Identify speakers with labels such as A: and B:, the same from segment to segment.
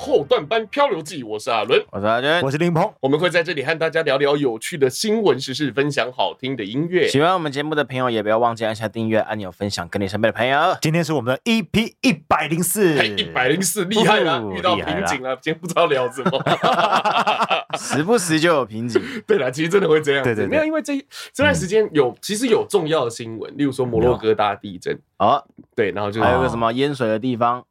A: 后段班漂流记》，我是阿伦，
B: 我是阿娟
C: 我。是林鹏，
A: 我们会在这里和大家聊聊有趣的新闻时事，分享好听的音乐。
B: 喜欢我们节目的朋友，也不要忘记按下订阅按钮，分享给你身边的 朋友。
C: 今天是我们的 EP 一百零四
A: 嘿，一百零四，厉害啦！
C: 哦
A: 遇到瓶颈了，今天不知道聊什么。
B: 时不时就有瓶颈，
A: 对啦，其实真的会这样子。
C: 对对对
A: 没有，因为这这段时间有，其实有重要的新闻，例如说摩洛哥大地震，
B: 哦，
A: 对，啊然后就是
B: 还有个什么淹水的地方，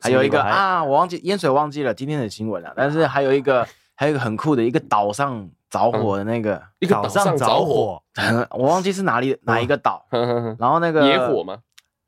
B: 还有一个
C: 什么地方
B: 啊，我忘记淹水忘记了今天的新闻了，但是还有一个还有一个很酷的一个岛上着火的那个，
A: 一个岛上着火，
C: 火，
B: 我忘记是哪里哪一个岛，
A: 呵呵呵
B: 然后那 个
A: 野火吗？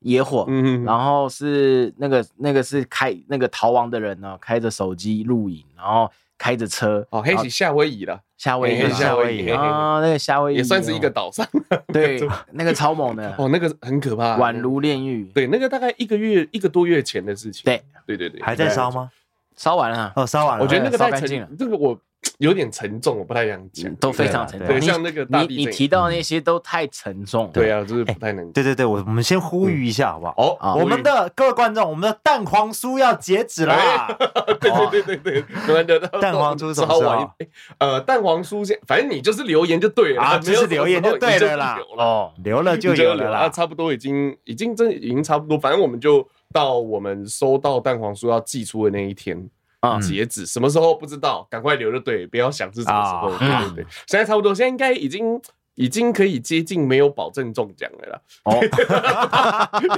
B: 野火，
A: 嗯，
B: 然后是那个那个是开那个逃亡的人呢，开着手机录影，然后开着车，
A: 哦，黑
B: 然后
A: 起夏威夷了，
B: 夏威
A: 嘿
B: 夷，
A: 嘿夏威夷嘿嘿嘿
B: 啊，那个夏威夷哦
A: 也算是一个，岛上。
B: 对，那个超猛的，
A: 哦，那个很可怕，
B: 宛如炼狱，
A: 对，那个大概一个月一个多月前的事情。
B: 对
A: 对对对，
C: 还在烧吗？
B: 烧完了，啊
C: 哦，烧完了。
A: 我觉得那个
B: 烧
A: 太
B: 干净了
A: 沉，这个我有点沉重，我不太想讲
B: 嗯。都非常
C: 对
B: 沉重。
C: 啊
A: 对，
B: 你
A: 像那个大
B: 你
A: 地
B: 你提
A: 震，
B: 到那些都太沉重，
A: 对，啊，就是不太能。
C: 对对对，我我们先呼吁一下好不好？
A: 哦，
C: 我们的各位观众，我们的蛋黄酥要截止
A: 哎
C: 啦！
A: 对对对对对，我们的
C: 哦蛋黄酥 什么时
A: 稍
C: 候啊
A: 晚一哎呃，蛋黄酥先，反正你就是留言就对了
C: 啊
A: 没有
C: 就是留言就
A: 你
C: 对了啦
A: 就是留了
B: 哦，
C: 留了就
A: 你就
C: 有
A: 留
C: 了
A: 啊
C: 啦。
A: 差不多已经已经真的已经差不多，反正我们就到我们收到蛋黄酥要寄出的那一天
B: 啊
A: 截止，什么时候不知道，赶快留就对，不要想是什么时候，
C: 啊
A: 对对对，现在差不多，现在应该已经。已经可以接近没有保证中奖了 啦，
B: 哦，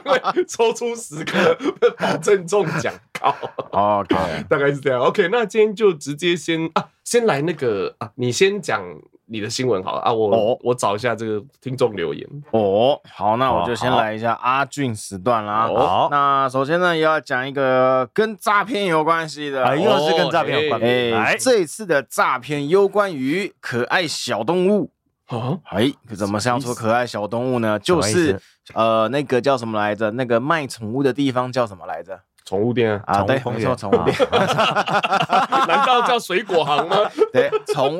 A: 因为抽出十颗保证中奖靠，
B: 哦，OK，
A: 大概是这样。OK，那今天就直接先啊，先来那个啊，你先讲你的新闻好了啊，我、
B: 哦
A: 我找一下这个听众留言。
B: 哦，好，那我就先
C: 哦好
B: 来一下阿俊时段啦。
C: 好
B: 那首先呢，也要讲一个跟诈骗有关系的。
A: 啊
C: 哎，
B: 哎
C: 又是跟诈骗有
A: 哦
C: 关。
B: 哎，
C: 来，
B: 这次的诈骗攸关于可爱小动物。
A: 啊，
B: 哎，怎么像说可爱小动物呢？就
C: 什么意
B: 是
C: 思
B: 呃，那个叫什么来着？那个卖宠物的地方叫什么来着？
A: 宠物店啊，
B: 啊，
C: 宠物啊
B: 对，
C: 公
B: 没
C: 园
B: 错，宠物店。啊
A: 难道叫水果行吗？
B: 对，宠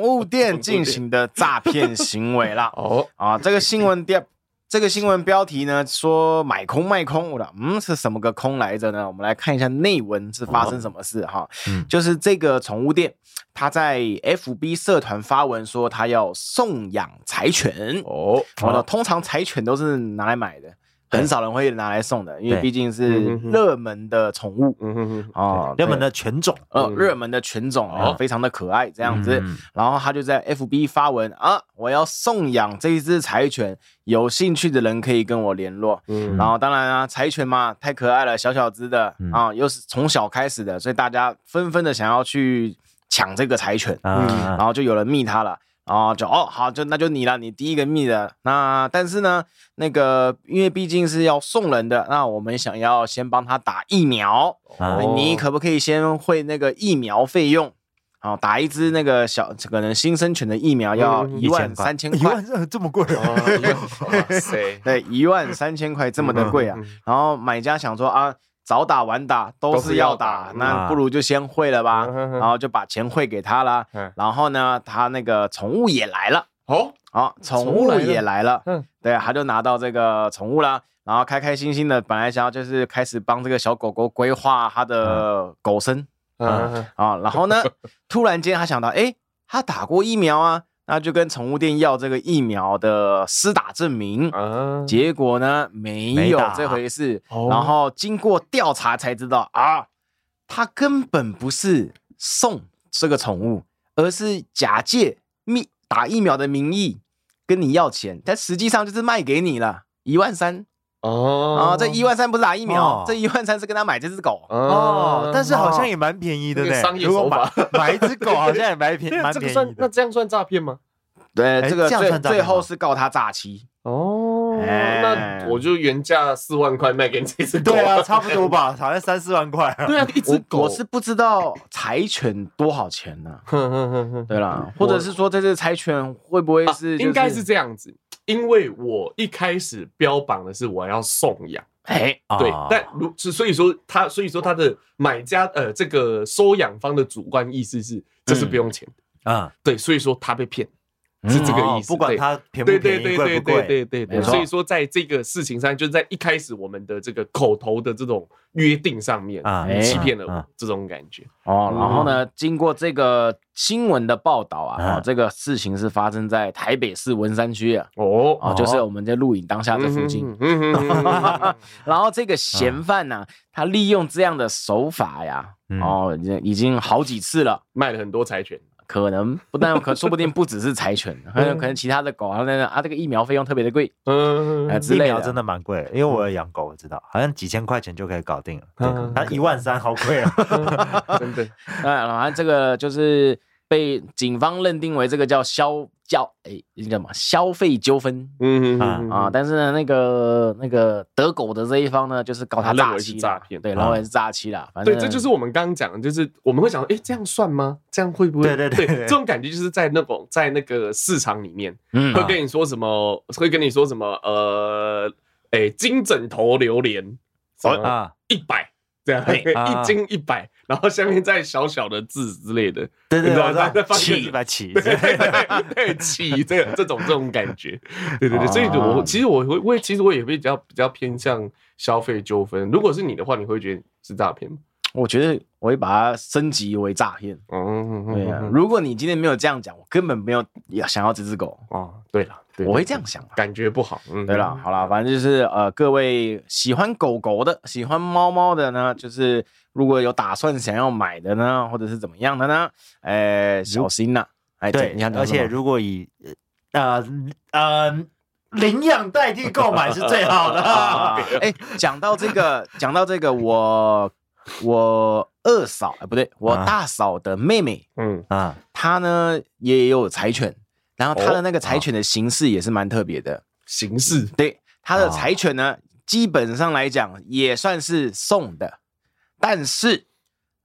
A: 宠
B: 物
A: 物
B: 店
A: 店
B: 进行的诈骗行为啦。
A: 哦，
B: 啊，这个新闻标，这个新闻标题呢说买空卖空，我的嗯是什么个空来着呢？我们来看一下内文是发生什么事哈。
C: 嗯
B: 就是这个宠物店，他在 FB 社团发文说他要送养柴犬。
A: 哦，
B: 我的通常柴犬都是拿来买的，很少人会拿来送的，因为
C: 对
B: 毕竟是
A: 嗯哼哼
B: 热门的宠物
A: 嗯哼哼，
B: 哦，
C: 热门
B: 对
C: 的犬种
B: 呃
A: 嗯
B: 热门的犬种，然后
A: 哦
B: 非常的可爱这
C: 这
B: 样子。然后他就在 FB 发文啊，我要送养这一只柴犬，有兴趣的人可以跟我联络。
A: 嗯
B: 然后当然啊，柴犬嘛，太可爱了，小小只的
C: 嗯
B: 啊，又是从小开始的，所以大家纷纷的想要去抢这个柴犬，嗯
C: 啊
B: 然，后就有人密他了。然后就哦好，就那就你了，你第一个密的。那但是呢，那个因为毕竟是要送人的，那我们想要先帮他打疫苗，
C: 啊
B: 哎
A: 哦
B: 你可不可以先汇那个疫苗费用？好，打一支那个小可能新生犬的疫苗要
A: 嗯
B: 一万三千
C: 一
B: 块，
C: 万这这么贵
A: 哦
C: 哦？
A: 哇塞，
B: 对，一万三千块这么的贵啊
A: 嗯嗯嗯。
B: 然后买家想说啊，早打晚打都是要
A: 都，是要打
B: 打那不如就先汇了吧，
A: 嗯嗯嗯
B: 然后就把钱汇给他啦
A: 嗯。
B: 然后呢，他那个宠物也来了。
A: 哦，
B: 好，宠
A: 宠物
B: 物
A: 来了
B: 也来了，
A: 嗯
B: 对，他就拿到这个宠物啦，然后开开心心的，本来想要就是开始帮这个小狗狗规划它
A: 嗯
B: 的狗生
A: 啊，
B: 啊、然后 呢，突然间他想到，诶，他打过疫苗啊，那就跟宠物店要这个疫苗的施打证明，
C: 嗯
A: 啊，
B: 结果呢没有
C: 没打
B: 这回事，
A: 哦
B: 然后经过调查才知道啊，他根本不是送这个宠物，而是假借密打疫苗的名义跟你要钱，但实际上就是卖给你了一万三
A: 哦
B: 啊，这一万三不是打疫苗，
C: 哦
B: 这一万三是跟他买这只狗。
C: 哦，但是好像
A: 也
C: 也蛮便宜的
A: 这
C: 呢。
A: 个商业
C: 如果
A: 手法啊
C: 买买一只狗，好像也 蛮便蛮
A: 这个
C: 便
A: 算
C: 宜，
A: 那
C: 的。
A: 这样算诈骗吗？
B: 对，
C: 哎
B: 这个
C: 这样
B: 最
C: 算诈骗
B: 最
C: 吗
B: 后是告他诈欺，
A: 哦，
B: 哎
A: 那我就原价四万块卖给你这只狗，
C: 对啊，差不多吧，好像三四万块。
A: 对啊，一只
B: 我
A: 狗
B: 我 是，不知道柴犬多少钱 呢、
A: 哼哼哼哼
B: 对啦，或者是说这只柴犬会不会
A: 啊
B: 是、
A: 应该是这样子，因为我一开始标榜的是我要送养。
B: 哎
A: 对
C: 啊，
A: 但如是所以说他，所以说他的买家呃，这个收养方的主观意识是这是不用钱的，
C: 嗯
A: 对，所以说他被骗，
B: 嗯
A: 是这个意
C: 哦
A: 思。
C: 不管
A: 对
C: 它便不
A: 对对
C: 便
A: 对
C: 宜、贵
A: 对
C: 不
A: 对
C: 贵，
A: 对对
B: 没
A: 对，
B: 错
A: 所以说在这个事情上，就是在一开始我们的这个口头的这种约定上面
C: 啊
B: 哎
A: 你欺骗了
C: 啊啊
A: 我这种感觉。
B: 哦，
A: 嗯
B: 然后呢，经过这个新闻的报道啊，哦
C: 嗯
B: 这个事情是发生在台北市文山区啊，
A: 哦，
B: 哦，就是我啊们在录影当下这附近。
A: 嗯哼，嗯哼嗯哼
B: 然后这个嫌犯呢、他利用这样的手法呀，
C: 嗯
B: 哦，已经已经好几次了。
A: 卖了很多柴犬。
B: 可能不但可说不定不只是柴 犬，还有可能其他的狗，然后那啊这个疫苗费用特别的贵，
A: 嗯
B: 哎之
C: 疫
B: 类
C: 苗
B: 的，
C: 真的蛮贵的，因为我有养狗，我知道，好像几千块钱就可以搞定了。
A: 嗯
C: 它一万三，好贵啊！
A: 真的，
B: 哎，然后这个就是被警方认定为这个叫消叫哎，那叫什么消费纠纷
A: 嗯
C: 啊
A: 哼
B: 啊？，但是呢，那个那个得狗的这一方呢，就是告
A: 他认
B: 诈
A: 为
B: 欺
A: 是诈
B: 啦
A: 骗
B: 对，
A: 啊
B: 然后也是诈欺啦，反正
A: 对，这就是我们刚刚讲的，就是我们会想，哎，这样算吗？这样会不会？
C: 对对对对
A: 这种感觉就是在那种在那个市场里面
B: 嗯
A: 会跟你说什么，会跟你说什么，呃，哎，金枕头榴莲，什么
C: 啊，
A: 一百。这样
C: 嘿啊
A: 一斤一百，然后下面再小小的字之类的，
C: 对
A: 你
C: 对，
A: 知道
C: 我知道
A: 它放一个
C: 起一百 起，
A: 对对 对，起这个这种这种感觉，对对对，所以
B: 啊
A: 我其实我会我也其实我也会比较比较偏向消费纠纷。如果是你的话，你会觉得是诈骗吗？
B: 我觉得我会把它升级为诈骗。
A: 嗯，
B: 对啊，
A: 嗯嗯
B: 如果你今天没有这样讲，我根本没有要想要这只狗，
A: 哦，对了，对
B: 我会这样想啊。
A: 感觉不好，嗯，
B: 对了，好了，反正就是呃，各位喜欢狗狗的、喜欢猫猫的呢，就是如果有打算想要买的呢，或者是怎么样的呢，哎，小心呐、哎，
C: 对
B: 这你看，，
C: 而且如果以呃呃领养代替购买是最好的
B: 啊，哎，讲到这个，讲到这个，我我二嫂，哎，不对，我
C: 啊
B: 大嫂的妹妹，
A: 嗯，
C: 啊
B: 她呢也有柴犬，然后她的
A: 哦
B: 那个柴犬的形式也是蛮特别的，
A: 形式
B: 对，它的
C: 哦
B: 柴犬呢，基本上来讲也算是送的，但是，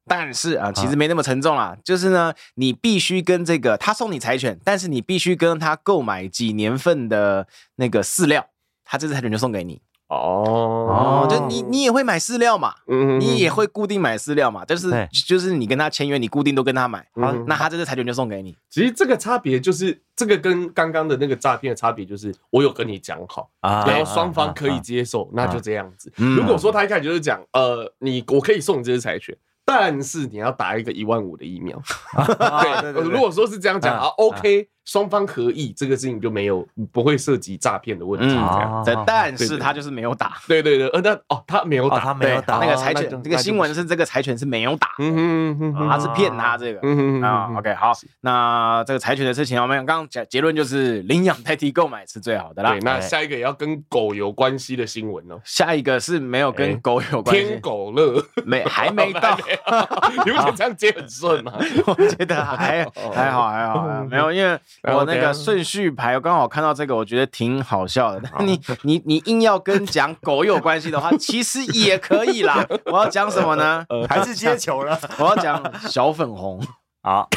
B: 但是啊，其实没那么沉重啦。就是呢，你必须跟这个他送你柴犬，但是你必须跟他购买几年份的那个饲料，他这只柴犬就送给你。
A: 哦
B: 就你你也会买饲料嘛，
A: 嗯
B: 你也会固定买饲料嘛，就是
C: 对
B: 就是你跟他签约，你固定都跟他买。
A: 好
B: 那他这只柴犬就送给你，
A: 其实这个差别就是这个跟刚刚的那个诈骗的差别就是，我有跟你讲好，
C: 啊
A: 然后双方可以接受，那就这样子。
B: 嗯
A: 如果说他一开始就是讲，呃，你我可以送你这只柴犬，但是你要打一个一万五的疫苗。
C: 啊对
A: 呃如果说是这样讲
C: 啊
A: 啊，OK，双方合意，这个事情就没有不会涉及诈骗的问题。这
B: 嗯
A: 样，
B: 这但
A: 哦对
B: 是
A: 对
B: 他就是没有打，
A: 对对对，呃，那哦，他没有
C: 哦
A: 打，
C: 他没有
B: 对
C: 打
B: 那个
A: 哦
B: 柴
A: 那
B: 犬
A: 就，
B: 这个
A: 那就
B: 新
A: 不
B: 闻是这个柴犬是没有打的，
A: 嗯哼嗯
B: 哦他
A: 哼
B: 是骗他这个。
A: 嗯哼
B: 啊、
A: 嗯
B: o k 好，那这个柴犬的事情，我们刚刚讲结论就是领养代替购买是最好的啦
A: 对，。那下一个也要跟狗有关系的新闻哦，
B: 下一个是没有跟
A: 哎
B: 狗有关系，
A: 天狗乐
B: 没还没到，
A: 你不觉得这样接很顺 吗？
B: 我觉得还
A: 哦
B: 还好还好，还好没有，因为
A: 然后
B: 我那
A: 等一
B: 个
A: 下
B: 顺序排，我刚好看到这个，我觉得挺好笑的。但你你你硬要跟讲狗有关系的话，其实也可以啦。我要讲什么呢？
C: 呃
A: 呃
C: 还是接球 了
B: 我要讲小粉红。
C: 啊！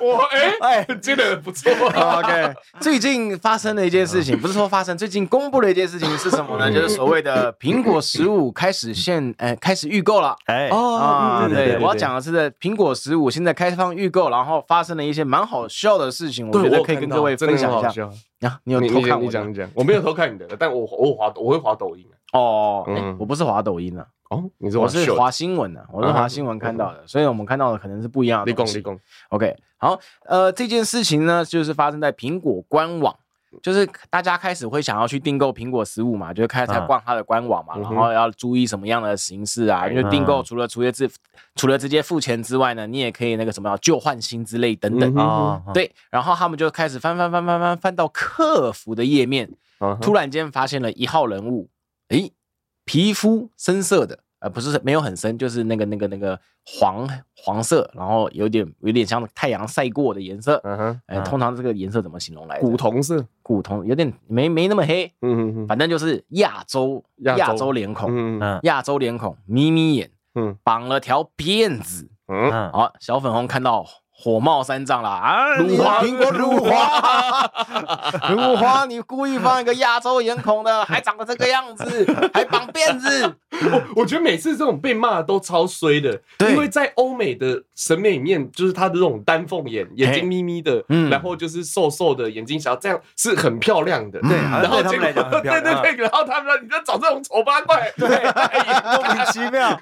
A: 我哎，
C: 哎，
A: 接的不错。
B: 哦 OK，最近发生了一件事
A: 嗯
B: 情，不是说发生，最近公布的一件事情是什么呢？就是所谓的苹果十五开始现，呃，开始预购了。
C: 哎，
A: 哦
B: 啊，
C: 嗯对对对
B: 我要讲的是苹果十五现在开放预购，然后发生了一些蛮好笑的事情，我觉
A: 对，
B: 得
A: 我
B: 可以
A: 看
B: 跟
A: 到
B: 各位
A: 真的
B: 分
A: 很
B: 享
A: 好
B: 一下
A: 笑。
B: 啊。你有
A: 你
B: 偷
A: 你
B: 看
A: 讲
B: 我
A: 你
B: 的
A: 讲你讲，我没有偷看你的，但我我滑我会滑抖 音啊。
B: 哦？哎
A: 嗯
B: 我不是滑抖音啊，
A: 哦，你是
B: 我
A: 滑
B: 是
A: 秀
B: 滑新闻的，我是滑新闻看到
A: 嗯
B: 的，所以我们看到的可能是不一样的
A: 立
B: 东
A: 功
B: 西
A: 立。功，
B: OK，好，呃，这件事情呢，就是发生在苹果官网，就是大家开始会想要去订购苹果十五嘛，就开始在
C: 嗯
B: 逛它的官网嘛，
A: 嗯
B: 然
A: 哼嗯
B: 后要注意什么样的形式啊，因为订购除了除了自除了直接付钱之外呢，你也可以那个什么旧换新之类等等。
A: 嗯哼
C: 啊，啊，
B: 对，然后他们就开始翻翻翻翻翻翻到客服的页面，
A: 啊
B: 突然间发现了一号人物，诶，皮肤深色的，呃，不是没有很深，就是那个那个那个黄黄色，然后有点有点像太阳晒过的颜色。
A: 嗯哼，
B: 哎、
C: 嗯
B: 通常这个颜色怎么形容来着？
A: 古铜色，
B: 古铜，有点没没那么黑，
A: 嗯嗯
B: 反正就是亚洲
A: 亚洲
B: 亚洲脸孔，
A: 嗯嗯
C: 嗯
B: 亚洲脸孔，眯眯眼，
A: 嗯
B: 绑了条辫子。
A: 嗯，
C: 嗯，
B: 好，小粉红看到火冒三丈了啊！
A: 辱华
B: 你苹果辱 华， 辱华！你故意放一个亚洲脸孔的，还长得这个样子，还绑辫子，
A: 我我觉得每次这种被骂都超衰的，
B: 对
A: 因为在欧美的审美里面，就是他的这种丹凤眼，眼睛眯眯的，
B: 嗯
A: 然后就是瘦瘦的，眼睛小，这样是很漂亮的。
B: 对
C: 嗯
B: 好
A: 然
B: 像
A: 后
B: 对他
A: 结果，
B: 们来讲很
A: 对
B: 漂亮。啊
A: 对对，然后他们说你在找这种丑八怪，对，
C: 莫名其妙。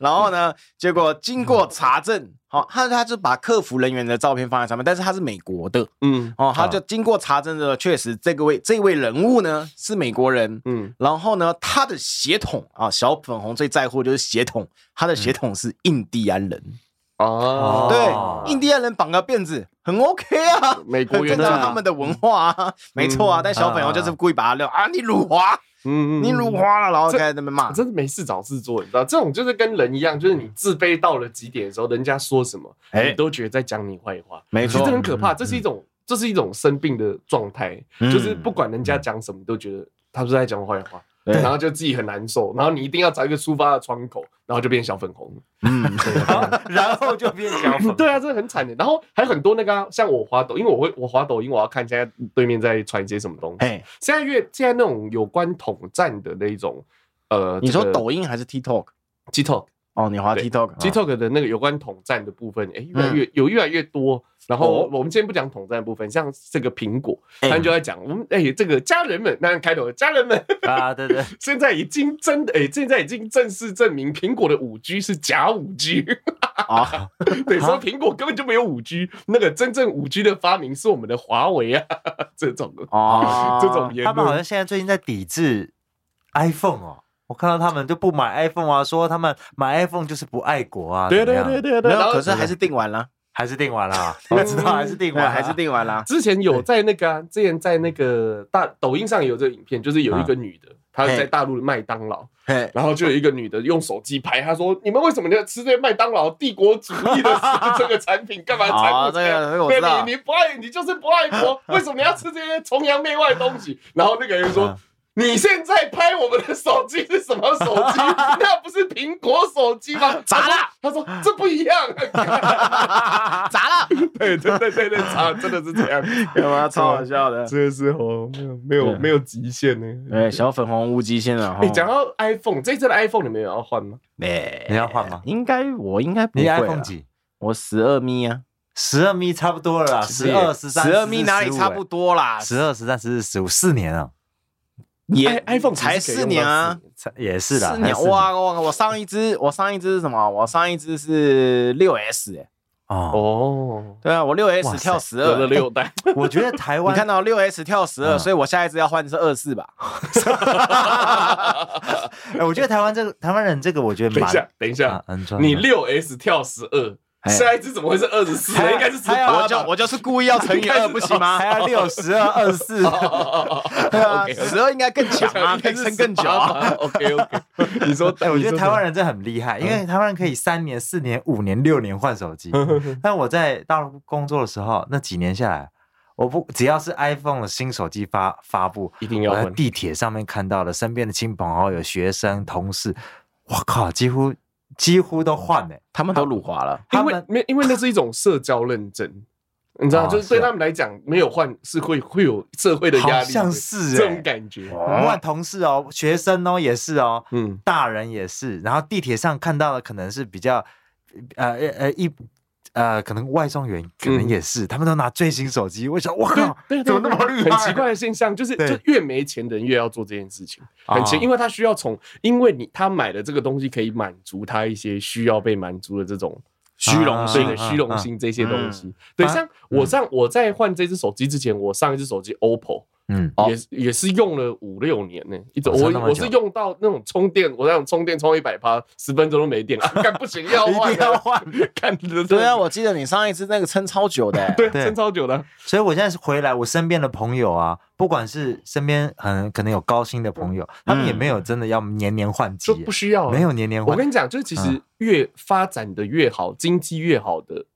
B: 然后呢，结果经过查证，好、他他就把客服人员的照片放在上面，但是他是美国的
A: 嗯
B: 哦，他就经过查证的，确实这个位这位人物呢是美国人。
A: 嗯，
B: 然后呢，他的血统啊，小粉红最在乎的就是血统，他的血统是印第安人。
A: 哦，
B: 对，印第安人绑个辫子很 OK 啊，
A: 美国嗯
B: 很
A: 原
B: 正常
A: 来
B: 他们的文化啊，没错啊。但小粉红就是故意把他撂啊，你辱华，
A: 嗯啊
B: 你辱华了，然后开始在那边骂。
A: 真的没事找事做，你知道，这种就是跟人一样，就是你自卑到了极点的时候，人家说什么，
B: 哎
A: 你都觉得在讲你坏话，
B: 没
A: 其实
B: 错
A: 这很可怕，
C: 嗯
A: 这是一种这是一种生病的状态，
B: 嗯
A: 就是不管人家讲什么，你都觉得他是在讲我坏话，
B: 对
A: 然后就自己很难受，然后你一定要找一个抒发的窗口，然后就变小粉 红。，
B: 嗯，
C: 然后然后就变小粉
A: 对啊，这很惨的。然后还有很多那个啊、像我滑抖，因为我会我滑抖音，我要看现在对面在传一些什么东西。
B: 嘿，
A: 现在越现在那种有关统战的那一种，呃，
B: 你说
A: 这个
B: 抖音还是 TikTok？
A: TikTok
B: 哦，你滑
A: 对
B: TikTok，啊
A: TikTok 的那个有关统战的部分，哎、越来越、有越来越多。然后
B: 嗯哦
A: 我们今天不讲统战的部分，像这个苹果，
B: 哎
A: 他们就在讲我们哎、这个家人们，那开头的家人们
C: 啊，对对，
A: 现在已经真的哎、现在已经正式证明苹果的五 G 是假五 G，
B: 啊，
A: 对，说苹果根本就没有五 G，那个真正五 G 的发明是我们的华为啊， 这种
B: 哦
A: 这种言
C: 他们好
A: 论，
C: 像现在最近在抵制 iPhone 哦，我看到他们就不买 iPhone 啊，说他们买 iPhone 就是不爱国啊，
A: 对对
C: 怎么样
A: 对，对对，
B: 没有
A: 然，后
B: 可是还是定完了，
C: 还是定完了啊，
A: 嗯
C: 我知道还是定
B: 对，
C: 完，
B: 还是，定 完了。
A: 之前有在那个、啊，之前在那个大抖音上有这个影片，就是有一个女的，她在大陆的麦当劳，
B: 啊嘿，
A: 然后就有一个女的用手机拍，她说：“你们为什么要吃这麦当劳帝国主义 的这个产品？干嘛产
B: 哦
A: 物
B: 这个这个我
A: 对
B: 知道
A: 你你不爱，你就是不爱国，为什么你要吃这些崇洋媚外的东西？”然后那个人说
C: 嗯。
A: 你现在拍我们的手机是什么手机？那不是苹果手机吗？
B: 砸了
A: 他说！他说这不一样。
B: 砸 了，
A: 对对对对对，砸了真的是这样。
B: 有吗？ 超好 笑的。
A: 真的是哦，没有没有
B: 对
A: 没有极限呢。
B: 哎，小粉红无极限 了哈。
A: 你讲啊到 iPhone，这次的 iPhone 你们有要换吗？
B: 哎
C: 你要换吗
B: 应该我应该不
C: 你
B: 会啊。
C: iPhone 几？
B: 我十二咪啊，
C: 十二咪差不多了啦，十二、十哎三、
B: 十二咪哪里差不
C: 多？
B: 多啦？
C: 十二、十三、十四、十五，四年啊，
B: 也
A: i- iPhone
B: 才
A: 只是可以用
B: 四
A: 到
B: 年啊，
C: 才也是啦，
B: 四年
C: 才四
B: 哇哇！我上一支我上一支是什么？我上一支是六 S 哎，
C: 哦，
A: 哦，
B: 对啊，我六
C: 哇
B: S
C: 塞
B: 跳十
A: 隔了
B: 二。欸
A: 六代，
C: 我觉得台
B: 你
C: 湾
B: 看到六 S 跳十二，
C: 嗯
B: 所以我下一支要换的是二 四吧？
C: 哎、我觉得台湾这个台湾人这个，我觉得
A: 等一
C: 蛮
A: 下，等一下
C: 啊，哎嗯说
A: 你
C: 说
A: 六 S 跳十二，下一支怎么会是二十四？
C: 还要
A: 应该是十
C: 还哎要
A: 八
B: 我就
A: 吧。
B: 我就是故意要 乘以二，不行
A: 哦
B: 吗
C: 还？要六十二、二 四，哎
B: 对啊，
A: OK，
B: 十二应该更强 啊，可以撑更久啊。
A: OK OK，你 说，嗯
C: 哎，我觉得台湾
A: 人
C: 人真的很厉害，因为台湾人可以三年、四年、五年、六年换手机。
A: 嗯
C: 但我在大陆工作的时候，那几年下来，我不只要是 iPhone 的新手机发发布，
A: 一定要
C: 我在
A: 换
C: 地铁上面看到了，身边的亲朋好友、学生、同事，我靠，几乎几乎都换
A: 嗯
C: 欸呢、
B: 他们都辱华 了，
A: 因
C: 他
A: 为
C: 们
A: 没因为那是一种社交认证，你知道，
C: 哦
A: 就是对
C: 是啊
A: 他们来讲，没有换是会会有社会的压
C: 好
A: 力的，
C: 像是
A: 这
C: 哎
A: 种感觉。
C: 我换同事哦，学生哦也是哦，
A: 嗯，
C: 大人也是，然后地铁上看到的可能是比较，呃呃呃一呃，可能外送员可能也是，他们都拿最新手机，我想我靠，
A: 嗯对，
C: 怎么那么
A: 对
C: 厉害？
A: 很奇怪的现象就是，
C: 对
A: 就越没钱的人越要做这件事情，
C: 啊
A: 很奇，因为他需要从，因为你他买的这个东西可以满足他一些需要被满足的这种。虚荣心、
C: 啊
A: 对
C: 啊嗯
A: 虚荣心这些东西，对，像我上我在换这只手机之前，我上一只手机 OPPO
C: 嗯，
B: 哦
A: 也是也是用了五六年呢，一直
C: 哦
A: 我
C: 真的吗
A: 我是
C: 久
A: 用到那种充电，我那种充电充一百趴，十分钟都没电，啊，干不 行要换，
C: 一定 要换，
A: 看
B: 对啊，，我记得你上一次那个撑超久的欸，
A: 对，
C: 对
A: 撑超久的，啊
C: 所以我现在是回来，我身边的朋友啊，不管是身边很可能有高薪的朋友，他们也没有真的要年年换机
A: 就，嗯不需要了啊
C: 没有年年
A: 我
C: 换，
A: 跟你讲，就是其
C: 嗯
A: 实越发展的越好，经济越好的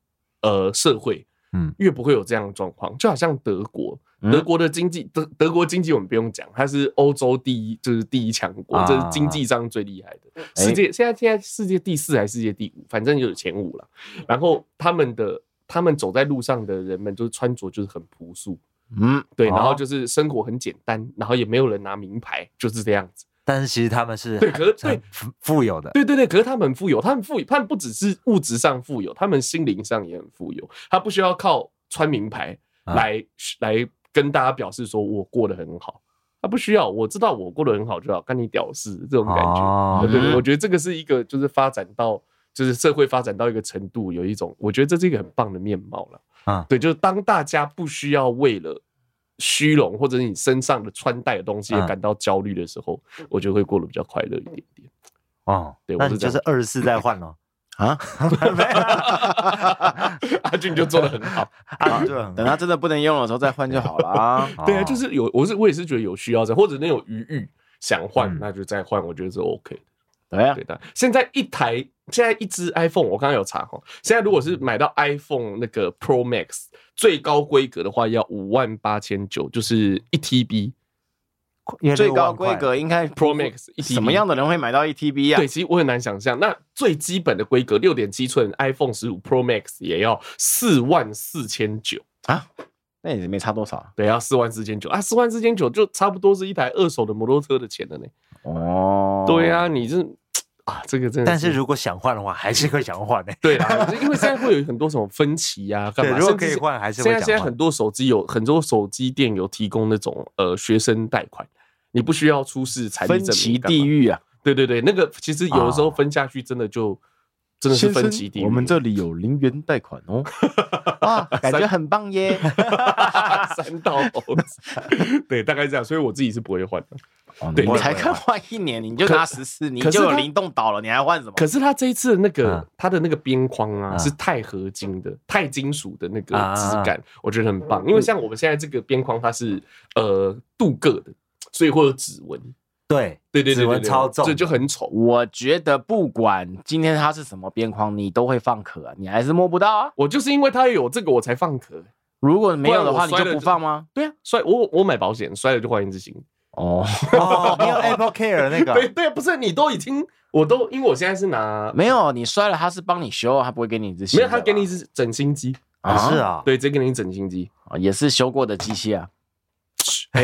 A: 呃社会，
C: 嗯
A: 越不会有这样的状况。就好像德国，
B: 嗯
A: 德国的经济，德德国经济我们不用讲，它是欧洲第一，就是第一强国，
C: 啊
A: 这是经济上最厉害的。
B: 哎
A: 世界现在现在世界第四还是世界第五，反正就是前五了。然后他们的他们走在路上的人们，就是穿着就是很朴素，
B: 嗯，
A: 对，
C: 哦
A: 然后就是生活很简单，然后也没有人拿名牌，就是这样子。
C: 但是其实他们是
A: 对可是
C: 很
A: 对
C: 富富有的，
A: 对对对，可是他们很富有，他们富有，他们不只是物质上富有，他们心灵上也很富有。他不需要靠穿名牌
C: 啊
A: 来、来跟大家表示说我过得很好，他不需要，我知道我过得很好就好，干你屌事这种感觉。
C: 哦
A: 对对，
B: 嗯
A: 我觉得这个是一个就是发展到就是社会发展到一个程度，有一种我觉得这是一个很棒的面貌了。
C: 嗯
A: 对，就是当大家不需要为了虚荣或者是你身上的穿戴的东西而
C: 嗯
A: 感到焦虑的时候，我就会过得比较快乐一点点。
C: 哦，
A: 对
C: 那
A: 我是
C: 你
A: 这样
C: 就是二十四 再换咯。
B: 啊，
C: 没有
A: 阿俊就做的很好，
C: 啊，就很
B: 等它真的不能用的时候再换就好了啊。
A: 对啊，
C: 哦
A: 就是有，我是我也是觉得有需要在，或者那种余欲想换
C: 嗯，
A: 那就再换，我觉得是 OK 的。
B: 对啊，
A: 对的，现在一台，现在一只 iPhone，我刚刚有查哈，现在如果是买到 iPhone 那个 Pro Max 最高规格的话，要五万八千九，就是一 TB。
C: 因为
B: 最
C: 六万
B: 高规
C: 块
B: 格应该
A: Pro Max 1TB
B: 什么样的人会买到一 TB 啊
A: 对，？其实我很难想象，那最基本的规格六点七寸 iPhone 十五 Pro Max 也要四万四千九。
B: 那也没差多少啊
A: 对，要四万四千九啊，四万四千九就差不多是一台二手的摩托车的钱了呢。
B: 哦。
A: 对啊，你这啊，这个真的，
C: 但是如果想换的话，还是会想换的。
A: 对啦，因为现在会有很多什么分歧 呀， 干
C: 对，
A: 嘛？
C: 如果
A: 甚
C: 可
A: 至
C: 以
A: 是
C: 换，还是
A: 现
C: 会
A: 在
C: 想
A: 现在
C: 换
A: 很多手机有很多手机店有提供那种呃学生贷款，你不需要出示财力
B: 分
A: 证
B: 歧
A: 明。
B: 地
A: 狱，
B: 狱啊！
A: 对对对，那个其实有的时候
C: 啊
A: 分下去真的就、真的是分歧地狱。
B: 里有零元贷款 哦，哇，感觉很棒耶！
A: 三道猴 子，对，大概这样，所以我自己是不会换的。对
B: 你
A: 我
B: 才刚换一年，你就拿十四，你
A: 可是
B: 就有
A: 他
B: 灵动岛了，你还换什么？
A: 可是它这一次的那个
C: 嗯
A: 它的那个边框啊
C: 嗯
A: 是钛合金的，钛金属的那个
C: 啊
A: 质感，我觉得很棒。因为像我们现在这个边框它是呃镀铬的，所以会有指纹。
C: 对
A: 对对对
C: 指
A: 对
C: 纹
A: 对，
C: 超重
A: 这就很丑。
B: 我觉得不管今天它是什么边框，你都会放壳啊，你还是摸不到啊。
A: 我就是因为它有这个我才放壳。
B: 如果没有的话，你
A: 不然我
B: 就
A: 摔了
B: 不
A: 就
B: 放吗？
A: 对啊，摔我我买保险摔了就换一只新的。
B: 哦，
C: 哦，你有 Apple Care 那
A: 对
C: 个
A: 对，不是你都已经我都因为我现在是拿
B: 没有，你摔了它是帮你修，它不会给你一只新
A: 没
B: 的
A: 有
B: 啊吧。
A: 他给你一只整新机，
C: 啊是啊，
A: 对，直接给你整新机。
B: 哦，也是修过的机器 啊，
A: 哎、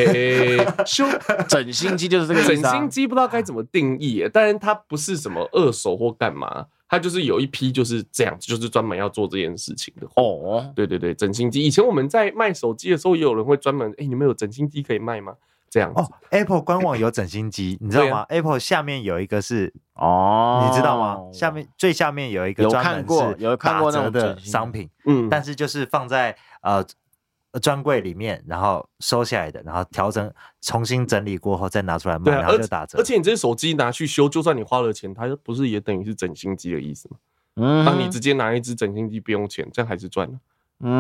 A: 修
B: 整新机就是这个意
A: 整
B: 思啊。
A: 新机不知道该怎么定义耶，但是它不是什么二手或干嘛，它就是有一批就是这样子，就是专门要做这件事情的。
B: 哦，
A: 对对对，整新机。以前我们在卖手机的时候，也有人会专门，哎、你们有整新机可以卖吗？这样子。
C: 哦，Apple 官网有整 新机，你知道
A: 对
C: 吗
A: 啊
C: ？Apple 下面有一个是，
B: 哦，
C: 你知道吗？下面最下面有一个
B: 有
C: 专
B: 看
C: 门
B: 过
C: 是
B: 有看
C: 打
B: 过那
C: 折
B: 种
C: 的
B: 整新
C: 商
B: 的
C: 品，
A: 嗯，
C: 但是就是放在呃专柜里面，然后收下来的，然后调整重新整理过后再拿出来卖，
A: 对啊，
C: 然后
A: 而
C: 就打折
A: 而。且你这些手机拿去修，就算你花了钱，它不是也等于是整新机的意思吗？
B: 嗯
A: 当你直接拿一只整新机不用钱，这样还是赚了。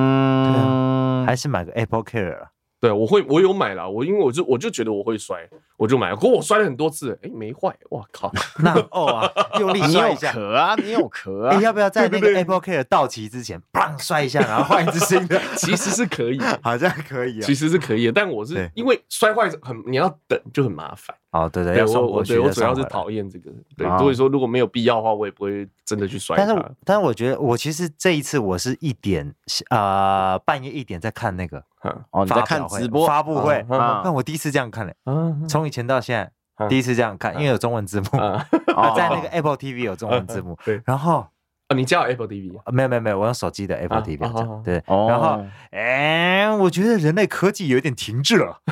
B: 嗯，
C: 还是买个 Apple Care 啊
A: 对，我会，我有买啦，我因为我就我就觉得我会摔，我就买了。可我摔了很多次，哎、没坏，哇靠！
C: 那哦啊，用力
B: 你
C: 摔
B: 有
C: 一下。
B: 壳啊，你有壳
C: 哎，
B: 啊。
C: 要不要在那
A: 对
C: 个
A: 对对
C: Apple Care 到期之前，砰摔一下，然后换一只新的？
A: 其实是可以的，
C: 好像可以啊
A: 其。实是可以的，但我是
C: 对
A: 因为摔坏很，你要等就很麻烦。
C: 哦，对对，
A: 对
C: 要送
A: 我，
C: 过
A: 我
C: 去
A: 对我
C: 再
A: 主要
C: 送
A: 是
C: 回来
A: 讨厌这个。对
B: 啊，
A: 所以说如果没有必要的话，我也不会真的去摔
C: 但是
A: 它
C: 我，。但是我觉得我其实这一次我是一点呃半夜一点在看那个
A: 啊
B: 哦，你在
C: 发
B: 看
C: 表会
B: 直播
C: 发嗯布会，
A: 啊
B: 啊
C: 但我第一次这样看嘞，
A: 啊
C: 从以前到现在
A: 啊
C: 第一次这样看，因为有中文字幕，
A: 啊！
B: 哦
C: 在那个 Apple TV 有中文字幕，
A: 嗯对，
C: 然后
A: 哦，你叫 Apple TV 啊？
C: 呃没有没有没有，我用手机的 Apple
A: 啊
C: TV
A: 啊
C: 这
A: 啊
C: 样对，
B: 哦
C: 然后哎，我觉得人类科技有点停滞了，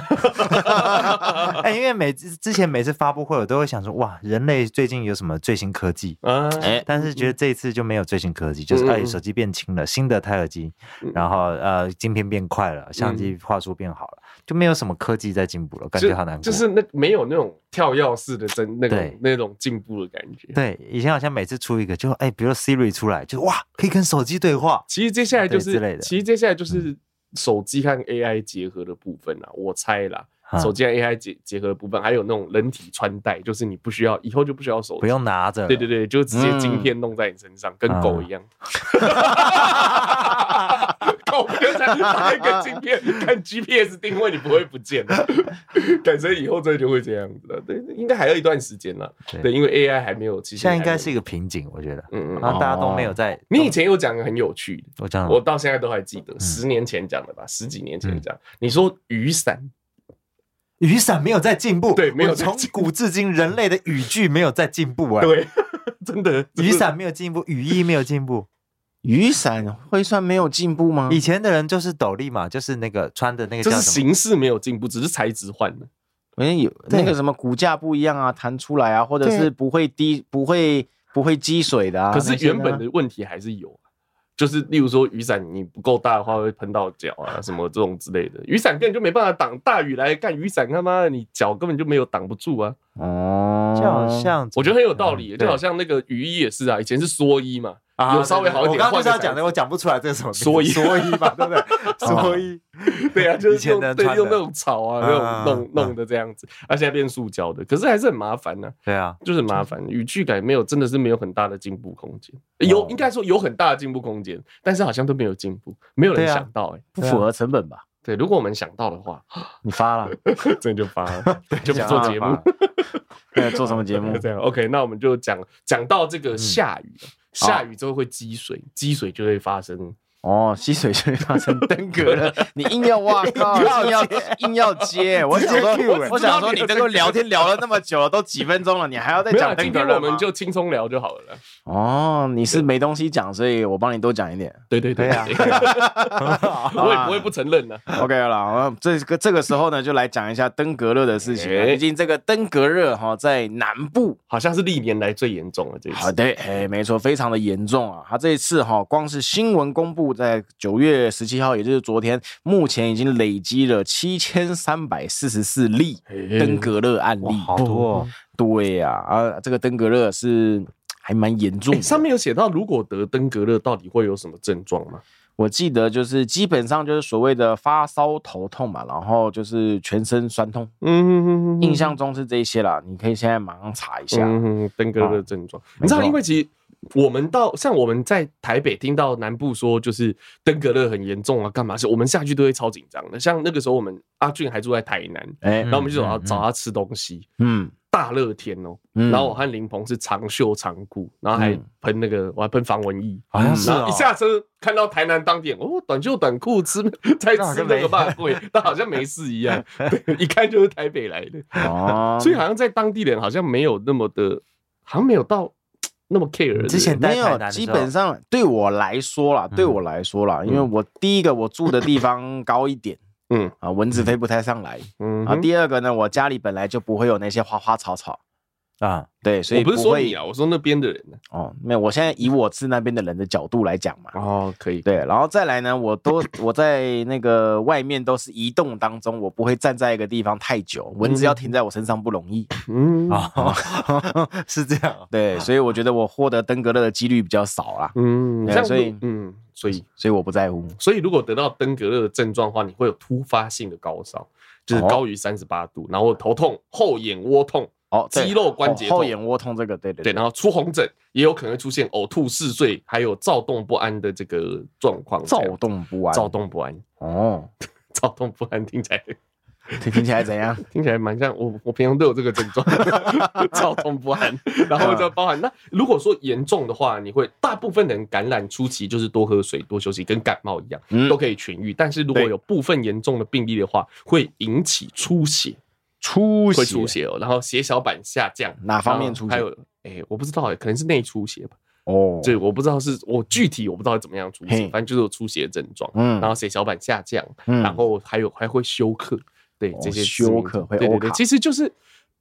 A: 啊
C: 哎，因为每次之前每次发布会我都会想说，哇，人类最近有什么最新科技？
A: 啊，
B: 哎，
C: 但是觉得这一次就没有最新科技，就是
A: 嗯嗯
C: 哎，
A: 嗯
C: 手机变轻了，新的钛合金
A: 嗯，
C: 然后呃，晶片变快了，相机画素变好了，就没有什么科技在进步了，感觉好难过。
A: 就是那没有那种跳跃式的真那
C: 对
A: 种那种进步的感觉。
C: 对，以前好像每次出一个，就哎，比如说 Siri 出来，就哇，可以跟手机对话，
A: 其实接下来就
C: 对之类
A: 是
C: 的，嗯
A: 其实接下来就是手机和 AI 结合的部分啦，啊我猜啦
C: 嗯。
A: 手机和 AI 结结合的部分，还有那种人体穿戴，就是你不需要，以后就不需要手机，
C: 不用拿着。
A: 对对对，就直接晶
B: 嗯
A: 片弄在你身上，跟狗
C: 啊
A: 一样。 狗不就像打一个晶片，看 GPS 定位，你不会不见的。感觉以后真的就会这样子了。对，应该还有一段时间了。
C: 对
A: 对，因为 AI 还没有，其实
C: 现在应该
A: 还
C: 是啊一个瓶颈，我觉得，
A: 没有嗯嗯。
C: 然后大家都没有在。
A: 你以前有讲个很有趣的，
C: 我讲
A: 我到
C: 嗯
A: 现在都还记得，十年前讲的吧，十几年前讲，你说雨伞，
C: 雨伞没有在进步，
A: 对没有
C: 我
A: 在
C: 从
A: 进
C: 古至今人类的语句没有在进步哎，
A: 对， 真的
C: 雨伞没有进步，雨衣没有进步。
B: 雨伞会算没有进步吗？
C: 以前的人就是斗笠嘛，就是那个穿的那个
A: 这
C: 叫
A: 是
C: 什么？
A: 形式没有进步，只是材质换了。
B: 好哎像有
C: 对
B: 那个什么骨架不一样啊，弹出来啊，或者
C: 对
B: 是不会滴、不会不会积水的啊。
A: 可是
B: 那些
A: 原
B: 呢
A: 本的问题还是有啊，就是例如说雨伞你不够大的话会喷到脚啊，什么这种之类的。雨伞根本就没办法挡大雨来干雨伞，他妈的你脚根本就没有挡不住啊。
B: 哦，
C: 就好像
A: 我觉得很有道理，
C: 嗯
A: 就
C: 对
A: 好像那个雨衣也是啊，以前是蓑衣 嘛，
C: 啊
A: 有稍微好一点
C: 我刚刚就是要
A: 换个
C: 讲的，我讲不出来这是什么名字
A: 所以
C: 所以嘛， 对不对？所以
A: 哦对啊，就
C: 以
A: 是
C: 前
A: 用
C: 的人
A: 对
C: 穿的
A: 用那种草啊，那
C: 啊
A: 种弄弄的这样子，啊，现在变塑胶的，可是还是很麻烦呢。
C: 对啊，
A: 就是很麻烦，语句改没有，真的是没有很大的进步空间。有
C: 哦
A: 应该说有很大的进步空间，但是好像都没有进步，没有人
C: 对啊
A: 想到哎、欸
B: 不符合成本吧？
A: 对，如果我们想到的话，
B: 你发了，
A: 真的就发了，就不做节目，
B: 那 做什么节 目
A: 就？这样。OK，那我们就讲讲到这个下雨了，下雨之后会积水，积水就会发生。
B: 哦，吸水就会发生登 革了，你硬要哇靠，硬要硬要接，我想
C: 直接 cue
B: 说
C: 欸，
B: 我想说你这个聊天聊了那么久了，都几分钟了，你还要再
A: 没有啊，
B: 讲登
A: 今
B: 革
A: 天
B: 热
A: 我
B: 吗
A: 们就轻松聊就好了啦。
B: 哦，你是没东西讲，所以我帮你多讲一 点。
A: 对对
C: 对啊，
A: 对
C: 对啊
A: 我也不会不承认啊呢。
B: OK 了啦，我们这个这个时候呢，就来讲一下登革热的事情啊。
A: 哎
B: 毕竟这个登革热哈，在南部
A: 好像是历年来最严重的这一
B: 好
A: 次。
B: 的，哎，没错，非常的严重啊！他这一次哈、光是新闻公布在九月十七号，也就是昨天，目前已经累积了七千三百四十四例
A: 嗯
B: 登革热案例
C: 哇，。好多哦
B: 对呀、啊，这个登革热是还蛮严重
A: 欸
B: 的。
A: 上面有写到，如果得登革热到底会有什么症状吗？
B: 我记得就是基本上就是所谓的发烧、头痛嘛，然后就是全身酸痛，
A: 嗯，
B: 印象中是这一些啦。你可以现在马上查一下。
A: 嗯，登革热症状，你知道，
B: 没错
A: 因为其实我们到像我们在台北听到南部说就是登革热很严重啊，干嘛？是我们下去都会超紧张的。像那个时候我们阿俊还住在台南，
B: 哎
A: 然，后我们就找他
C: 嗯嗯嗯
A: 找他吃东西，
B: 嗯，
A: 大热天哦，
B: 嗯
A: 然后我和林鹏是长袖长裤，然后还
B: 嗯
A: 喷那个我还喷防蚊液。
C: 好像是
A: 然
C: 哦
A: 后一下车看到台南当地人，哦，短袖短裤吃在
C: 那好
A: 吃
C: 像
A: 那个
C: 没
A: 饭贵，但好像没事一样，对，一看就是台北来的。
B: 哦，
A: 所以好像在当地人好像没有那么的，好像没有到那
B: 嗯
A: 么 care 的
C: 之前
B: 没
C: 在台
B: 有
C: 南，的时候
B: 基本上对我来说啦，对我来说啦，因为我第一个我住的地方高一点
A: 嗯
B: 啊，蚊子飞不太上来
A: 嗯
B: 啊。第二个呢，我家里本来就不会有那些花花草草，
C: 啊，
B: 对，所以
A: 我不是说
B: 会
A: 你啊，我说那边的人呢、
B: 哦，没有，我现在以我是那边的人的角度来讲嘛。
A: 哦，可以，
B: 对，然后再来呢，我都我在那个外面都是移动当中，我不会站在一个地方太久，蚊子要停在我身上不容易。
A: 嗯
B: 啊
C: 哦， 是这样哦，
B: 对，所以我觉得我获得登革热的几率比较少啦，
A: 嗯，
B: 对
A: 这样
B: 所以
A: 嗯，所以
B: 所以我不在乎。
A: 所以如果得到登革热的症状的话，你会有突发性的高烧，就是
B: 哦
A: 高于三十八度，然后头痛、后眼窝痛，
B: 哦，对
A: 肌肉关节
B: 后后
A: 痛
B: 眼窝痛这个，对对
A: 对，然后出红疹，也有可能会出现呕吐、嗜睡，还有躁动不安的这个状况。
B: 躁动不安，
A: 躁动不安，
B: 哦，
A: 躁动不安，听起来
B: 听听起来怎样？
A: 听起来蛮像我，我平常都有这个症状， 躁动不安，然后
B: 嗯
A: 就包含那如果说严重的话，你会大部分人感染初期就是多喝水、多休息，跟感冒一样
B: 嗯
A: 都可以痊愈。但是如果
B: 对
A: 有部分严重的病例的话，会引起出血，
B: 出嗯
A: 会出血哦，然后血小板下降，
B: 哪方面
A: 然后
B: 出血
A: 还有哎，我不知道哎，可能是内出血吧，
B: 哦，
A: 对，我不知道是我具体我不知道怎么样出血
B: 嘿，
A: 反正就是有出血的症状，
B: 嗯
A: 然后血小板下降，
B: 嗯
A: 然后还有还会休克，对
B: 哦
A: 这些
B: 休
A: 致命
B: 克
A: 疾
B: 会
A: 对对
B: 欧
A: 对，
B: 卡
A: 其实就是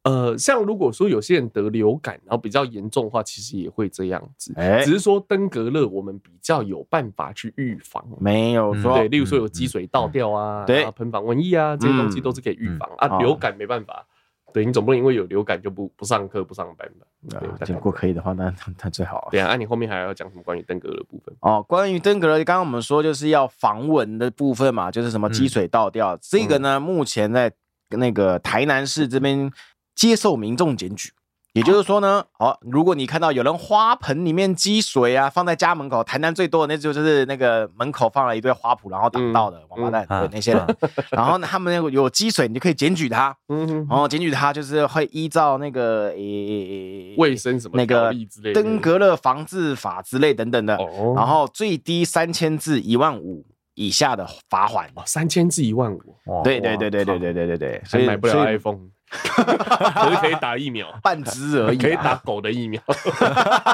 A: 呃，像如果说有些人得流感，然后比较严重的话，其实也会这样子，
B: 哎
A: 只，是说登革热我们比较有办法去预防。
B: 没有
C: 嗯
B: 说
A: 对，例如说有积水倒掉啊，
B: 嗯对
A: 然后喷防蚊液啊，这些东西
B: 嗯哦
A: 都是可以预防
B: 好
A: 啊。流感没办法，对你总不能因为有流感就不不上课不上班吧？对
B: 啊，
A: 大概
B: 如果可以的话，那那那最好啊。
A: 对啊，那你后面还要讲什么关于登革热的部分？
B: 哦，关于登革热，刚刚我们说就是要防蚊的部分嘛，就是什么
A: 嗯
B: 积水倒掉，这个呢，目前在那个台南市这边接受民众检举。也就是说呢，好、如果你看到有人花盆里面积水啊，放在家门口，台南最多的那就就是那个门口放了一堆花圃，然后挡到的王八蛋，
C: 嗯
B: 对
C: 啊
B: 那些人，然后呢他们有积水，你就可以检 举他，
A: 嗯
B: 然后检举他就是会依照那个诶诶诶
A: 卫生什么
B: 那
A: 条
B: 个
A: 例之类的
B: 登革热防治法之类等等的，
A: 哦，
B: 然后最低三千至一万五，以下的罚款。
A: 哦，三千至一万五，
C: 哇
B: 对对对对对，对对对对，所
A: 还
B: 以
A: 买不了
B: 所以
A: iPhone，可是可以打疫苗，
B: 半只而已、啊，
A: 可以打狗的疫苗。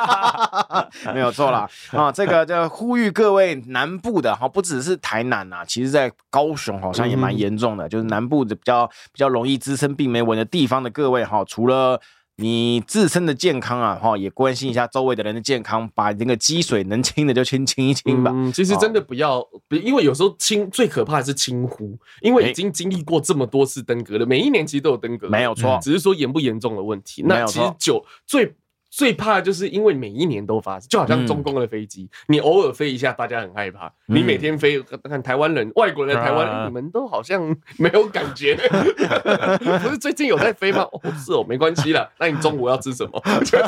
B: 没有 错啦，啊，这个就呼吁各位南部的哈，不只是台南啊，其实在高雄好像也
A: 嗯
B: 蛮严重的，就是南部的比较比较容易滋生病媒蚊的地方的各位哈，除了。你自身的健康啊，哈，也关心一下周围的人的健康，把那个积水能清的就清清一清吧。
A: 嗯，其实真的不要，不因为有时候轻最可怕的是轻忽，因为已经经历过这么多次登革了，每一年其实都有登革，
B: 没有错，
A: 只是说严不严重的问题。
B: 嗯没
A: 那
B: 有
A: 其
B: 错
A: 实酒最最怕的就是因为每一年都发生，就好像中共的飞机，你偶尔飞一下，大家很害怕。
B: 嗯
A: 你每天飞，看台湾人、外国人在台湾，
C: 啊
A: 诶你们都好像没有感 觉。不是最近有在飞吗？哦，是哦，没关系 啦。那你中午要吃什么？就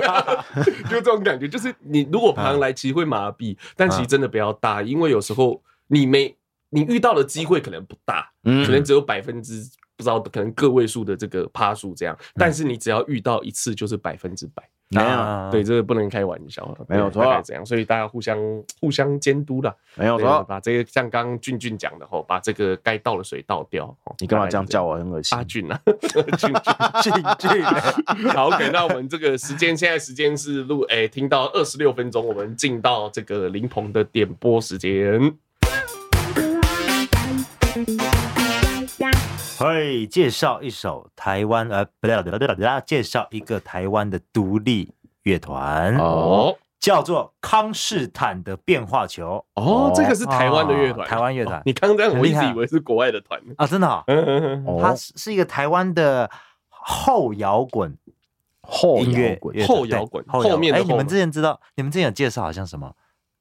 A: 这种感觉，就是你如果旁
B: 嗯
A: 来，其实会麻痹，但其实真的不要大，因为有时候你没你遇到的机会可能不大。
B: 嗯
A: 可能只有百分之不知道，可能个位数的这个趴数这样，但是你只要遇到一次就是百分之百，
B: 没有
C: 有
A: 对，这个不能开玩笑，啊
B: 没有
A: 对
B: 错
A: 大概这样，所以大家互相互相监督啦，
B: 没有
A: 对啊
B: 错，
A: 把这个像刚刚俊俊讲的吼，把这个该倒的水倒掉，哦
B: 你干嘛这样叫？我？很恶心
A: 大。概是这样阿 俊啊，俊俊。
C: 进去
A: 好，OK，那我们这个时间现在时间是录，哎、听到二十六分钟，我们进到这个林鹏的点播时间。
C: 会介绍一首台湾呃，不对不对不对，介绍一个台湾的独立乐团，
A: 哦
C: 叫做康士坦的变化球
A: 哦，这个是台湾的乐团、啊
C: 哦台湾乐团
A: 你刚刚这样，我一
C: 很厉
A: 直
C: 害
A: 以为是国外的团。
C: 啊，真的哦，
A: 嗯，
B: 哦
C: 它是是一个台湾的后摇滚
B: 后
C: 音乐
B: 摇滚
C: 乐团
A: 后摇滚
C: 对后摇滚
A: 后面的
C: 哎，
A: 后
C: 你们之前知道，你们之前有介绍好像什么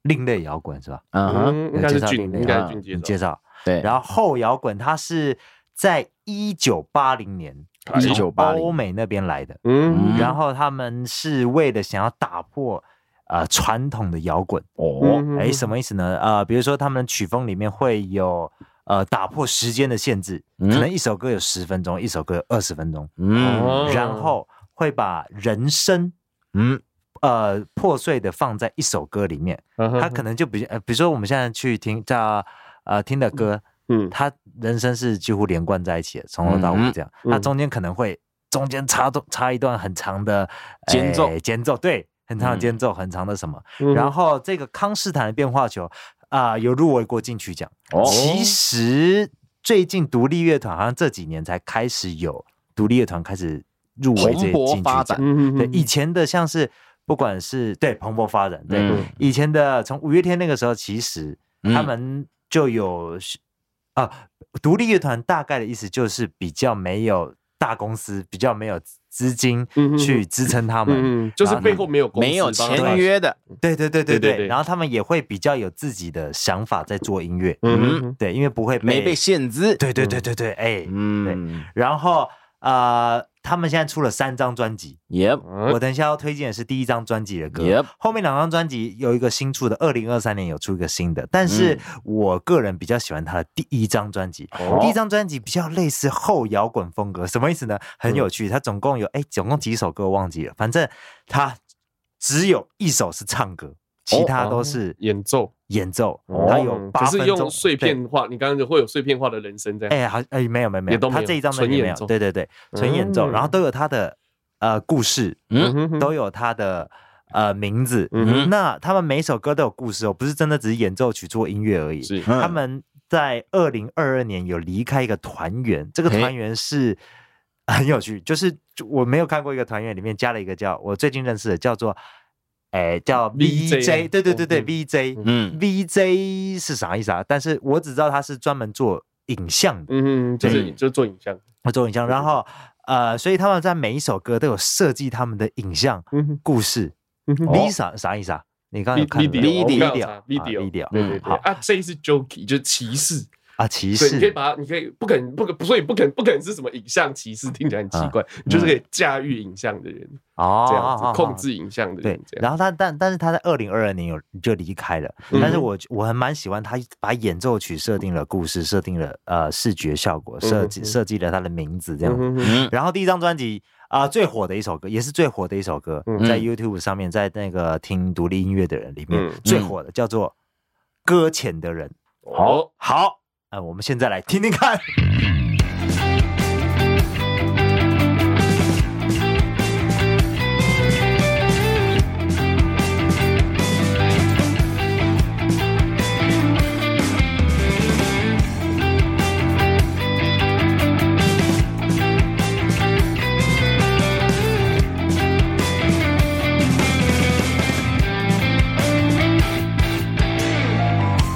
C: 另类摇滚是吧？
B: 嗯哼，
A: 应该是
C: 有介绍
A: 俊，
C: 另类
A: 应该
C: 摇
A: 是
B: 啊
A: 俊介
C: 你介
A: 绍。
C: 绍，
B: 对，
C: 然后后摇滚它是在一九八零年
A: 哎
C: 从
B: 1980
C: 欧美那边来的，
A: 嗯，
C: 然后他们是为了想要打破呃传统的摇滚。
B: 哦，
A: 嗯
C: 哎，什？么意思呢？呃，比如说他们的曲风里面会有呃打破时间的限制，可
B: 嗯
C: 能一首歌有十分钟，一首歌有二十分钟，
B: 嗯
A: 哦
C: 然后会把人声
B: 嗯，
C: 呃破碎的放在一首歌里面。
A: 他
C: 他可能就比呃，比如说我们现在去听叫呃听的歌，
A: 嗯
C: 他人生是几乎连贯在一起的，从头到尾这样。
A: 嗯
C: 那中间可能会中间插段插一段很长的哎
B: 间奏
C: 间奏对，很长的
B: 嗯
C: 间奏，很长的什么。
A: 嗯
C: 然后这个康斯坦的变化球啊、有入围过金曲奖。
B: 哦
C: 其实最近独立乐团好像这几年才开始有独立乐团开始入围这
B: 蓬
C: 些
B: 勃
C: 金曲
B: 发
C: 奖
B: 展。
A: 嗯
C: 对，以前的像是不管是对蓬勃发展，对、
B: 嗯
C: 以前的从五月天那个时候，其实
B: 嗯
C: 他们就有是啊、独立乐团大概的意思就是比较没有大公司，比较没有资金
A: 嗯嗯嗯
C: 去支撑他们。
A: 嗯，就是背后没有公司
B: 没有
A: 帮他
B: 签约的，
C: 对对对对
A: 对对
C: 对
A: 对
C: 然后他们也会比较有自己的想法在做音乐，
A: 嗯
C: 对，因为不会被
B: 没被限制。
C: 对对对对对，哎、
B: 嗯
C: 然后呃，他们现在出了三张专辑，
B: ，Yep，
A: 嗯
C: 我等一下要推荐的是第一张专辑的歌
B: Yep
C: 后面两张专辑有一个新出的，二零二三年有出一个新的，但是我个人比较喜欢他的第一张专辑。
A: 哦
C: 第一张专辑比较类似后摇滚风格，什么意思呢？很有趣，它总共有哎，总共几首歌我忘记了，反正它只有一首是唱歌，其他都是
A: 哦演奏，
C: 演奏，
A: 哦
C: 它有八
A: 可
C: 分
A: 是
C: 钟
A: 用碎。
C: 对
A: 片化，你刚刚就会有碎片化的人声这样。
C: 哎，好，哎，没有没有没
A: 也
C: 有，
A: 都没有
C: 他这一张专
A: 纯
C: 辑
A: 演
C: 没有，
A: 奏
C: 对对对，纯演奏，
A: 嗯
C: 然后都有他的呃故事，
A: 嗯哼哼
C: 都有他的呃名字。
A: 嗯哼
C: 那他们每首歌都有故事哦，不是真的只是演奏曲做音乐而已。
B: 嗯
A: 是
C: 他们在二零二二年有离开一个团员，这个
B: 嘿
C: 团员是很有趣，就是就我没有看过一个团员里面加了一个叫我最近认识的叫做。哎，叫
A: VJ
C: VJ，对对对对
A: 嗯
C: ，VJ，
B: 嗯
C: VJ 是啥意思啊？但是我只知道他是专门做影像的，
A: 嗯，就是
B: 嗯
A: 就做影像。
C: 做
A: 嗯
C: 影像。然后呃，所以他们在每一首歌都有设计他们的影像
A: 嗯
C: 故事。
A: 嗯哼
C: V 啥啥意思啊？你刚刚有看
A: video 我刚有查
C: video
A: video 对
B: 嗯
A: 对对
C: 好
A: 啊，这一是 jokey 就是歧视，
C: 啊，骑
A: 对，你可以
C: 士
A: 把它，你可以不可能不可，所以不可能不可能是什么影像歧视，听起来很奇怪，
C: 嗯
A: 你就是可以驾驭影像的人，
C: 哦，
A: 这样
C: 哦
A: 子控。制影像的
C: 对
A: 人，，这样。
C: 然后他但但是他在二零二二年有就离开了，
A: 嗯
C: 但是我我还蛮喜欢他把演奏曲设定了故事，设定了呃视觉效果，设
A: 嗯
C: 计
A: 嗯
C: 设计了他的名字这样子。
A: 嗯哼哼
B: 嗯
C: 然后第一张专辑啊、最火的一首歌，也是最火的一首歌，
A: 嗯
C: 在 YouTube 上面，在那个听独立音乐的人里面、
A: 嗯
C: 最火的叫做《搁浅的人》。
A: 好，
C: 好，呃，我们现在来听听看。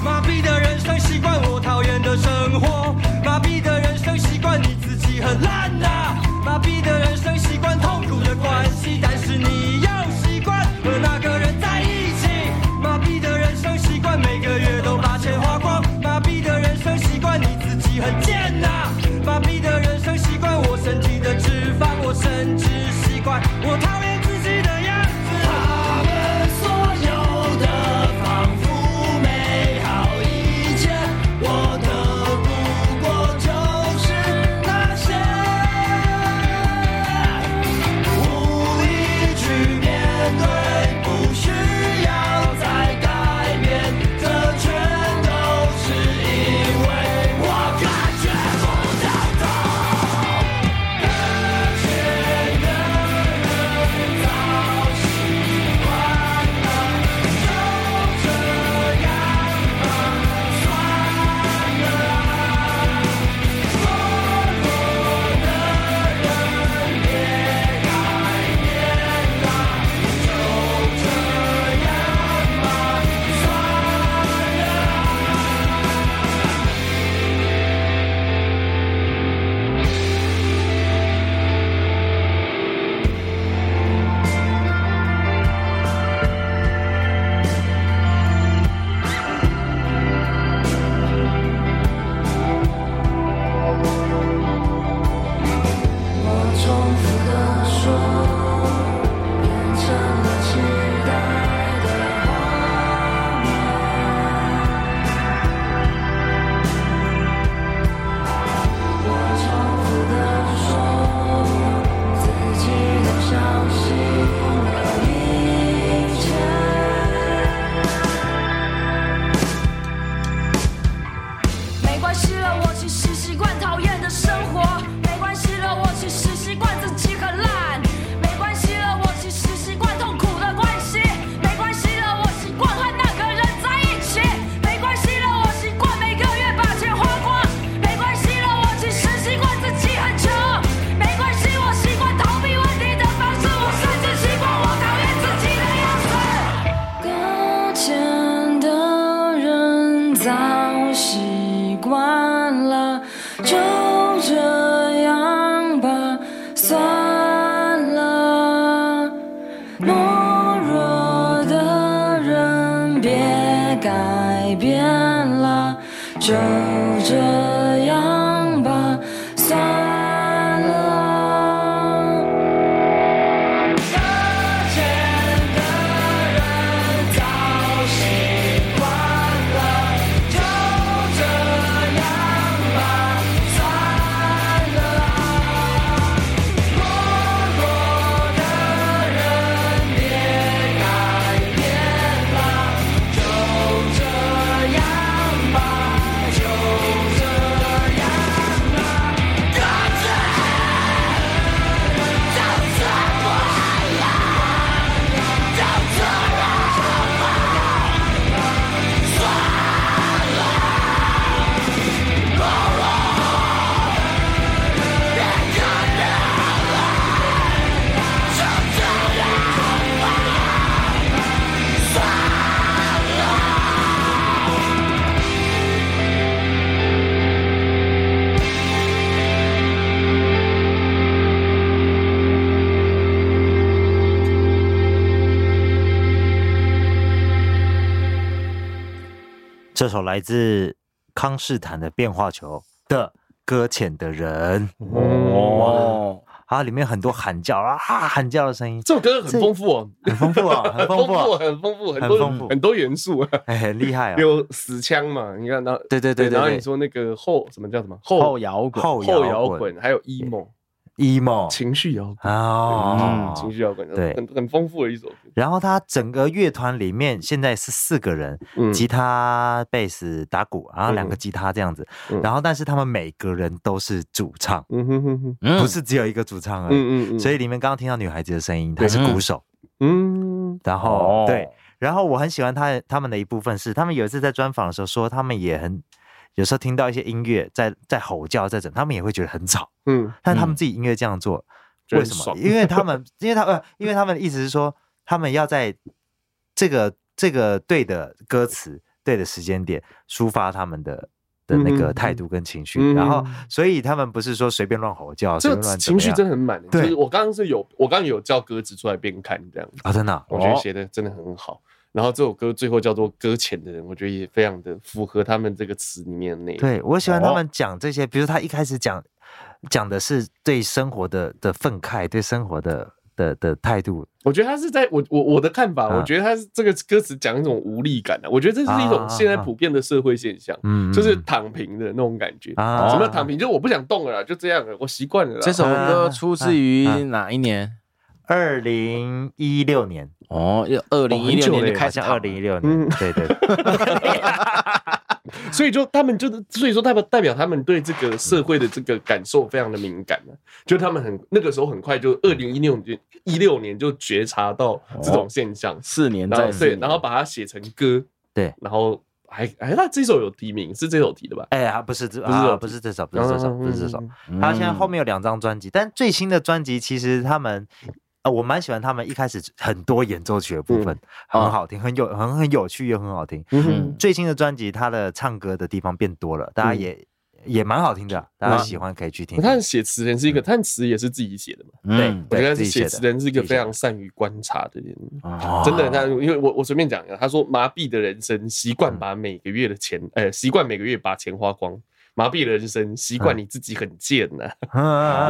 D: 麻痹的人生习惯我讨厌的生活，麻痹的人生习惯你自己很烂呐、麻痹的人生习惯痛苦的关系，但是你要习惯和那个人在一起。麻痹的人生习惯每个月都把钱花光，麻痹的人生习惯你自己很贱呐、麻痹的人生习惯我身体的脂肪，我甚至习惯我讨厌自己的样子。他们所有的仿佛美好一切，我的不过就是那些无力去面对，不需要再改变，这全都是因为我感觉不到痛。
E: 我重复地说，变成了期待的画面。我重复地说，自己都相信了一切。
F: 没关系了，我其实习惯讨厌的生活。没关系了，我其实习惯自己很烂。没关系了，我其实习惯痛苦的关系。没关系了，我习惯和那个人在一起。没关系了，我习惯每个月把钱花光。没关系了，我其实习惯自己很穷。没关系，我习惯逃避问题的方式。我甚至习惯我讨厌自己的样子。
E: 高潜的人早习惯了，就这样吧，算了。懦弱的人别改变了，就这样吧，算了。
D: 搁浅的人早习惯了，就这样吧，算了。懦弱的人别改变了，就这样吧，就这样吧，搁浅，就这。
C: 这首来自康士坦的《变化球》的《搁浅的人》
B: 哦，
C: 啊，里面很多喊叫啊啊喊叫的声音，
A: 这首歌很丰富哦，
C: 很丰富啊，很丰富啊，
A: 很丰富，很
C: 很丰
A: 多
C: 富
A: 很多元素啊，
C: 哎，很厉害啊！
A: 有死腔嘛，你看，然后
C: 对对对对
A: 然后
C: 对
A: 你说那个后什么叫什么
B: 后
A: 后
B: 摇滚，
C: 后
A: 后摇
C: 摇
A: 滚，还有 emo，
C: emo
A: 情绪摇滚，
C: 哦
A: 嗯，情绪摇滚，
C: 对
A: 很很丰富的一首歌。
C: 然后他整个乐团里面现在是四个人，
A: 嗯
C: 吉他、贝斯、打鼓，然后两个
A: 嗯
C: 吉他这样子。
A: 嗯
C: 然后，但是他们每个人都是主唱，
A: 嗯哼哼哼，
B: 嗯
C: 不是只有一个主唱而已。
A: 嗯嗯嗯，
C: 所
A: 以
C: 以里面刚刚听到女孩子的声音，她是鼓手。
A: 嗯
C: 然后、
B: 哦
C: 对，然后我很喜欢他他们的一部分是，他们有一次在专访的时候说，他们也很有时候听到一些音乐在在吼叫在整，他们也会觉得很吵，
A: 嗯
C: 但他们自己音乐这样做，
A: 觉得
C: 为
A: 很
C: 什么？
A: 爽
C: 因为他们，因为他呃，因为他们的意思是说，他们要在这个这个对的歌词、对的时间点抒发他们的的那
A: 嗯嗯
C: 个
A: 嗯
C: 态度跟情绪，
A: 嗯
C: 然后所以他们不是说随便乱吼叫，哦随
A: 这
C: 便
A: 个
C: 乱怎
A: 情
C: 么
A: 绪
C: 样
A: 真的很满欸的，就
C: 对
A: 是我刚刚是有，我刚刚有叫歌词出来边看这样，
C: 啊、真的啊、
A: 我觉得写的真的很好。然后这首歌最后叫做《搁浅的人》，我觉得也非常的符合他们这个词里面的内容。
C: 对我喜欢他们讲这些，比如他一开始讲讲的是对生活的的愤慨，对生活的的的态度，
A: 我觉得他是在我我我的看法，
C: 啊
A: 我觉得他是这个歌词讲一种无力感啊，我觉得这是一种
C: 啊
A: 现在
C: 啊
A: 普遍的社会现象，
C: 嗯，
A: 就是躺平的那种感觉。
C: 啊
A: 什么叫躺平？就是我不想动了啦，就这样了，我习惯了啦。
B: 这首歌
C: 啊
B: 出自于
C: 啊
B: 哪一年？
C: 二零一六年，
B: 哦，二零一
A: 很久
B: 六
A: 嘞
B: 年就
C: 好
B: 开始
C: 像
B: 躺
C: 二
B: 了
C: 零一六
A: 嗯
C: 年，对对，对
A: 所以就他们就是，所以说代表代表他们对这个社会的这个感受非常的敏感啊，就他们很那个时候很快就二零一六年一六年就觉察到这
C: 哦
A: 种现象，
B: 四年
A: 然
B: 在
A: 后对，然后把它写成歌，
C: 对
A: 然后还哎，那这首有提名是这首提的吧？
C: 哎呀，不是这，
A: 不是这
C: 啊
A: 首
C: 不是这首，不是这首，不是这首
A: 嗯，
C: 他现在后面有两张专辑，但最新的专辑其实他们。呃，我蛮喜欢他们一开始很多演奏曲的部分，很好听，很有很很有趣，也很好听。
A: 嗯
B: 嗯
A: 哼
C: 最新的专辑，他的唱歌的地方变多了，大家也、也蛮好听的啊，大家喜欢可以去听
A: 嗯，他
C: 听。
A: 的写词人是一个，他的词也是自己写的嘛。
B: 嗯
A: 我觉得
C: 自
A: 是
C: 己写
A: 写
C: 的
A: 词人是一个
C: 自己写
A: 非
C: 的
A: 常善于观察的人。
B: 哦
A: 真的，他因为我我随便讲一下，他说麻痹的人生习
C: 嗯
A: 惯把每个月的钱，呃，习惯每个月把钱花光。麻痹的人生习
C: 嗯
A: 惯你自己很贱啊呐、然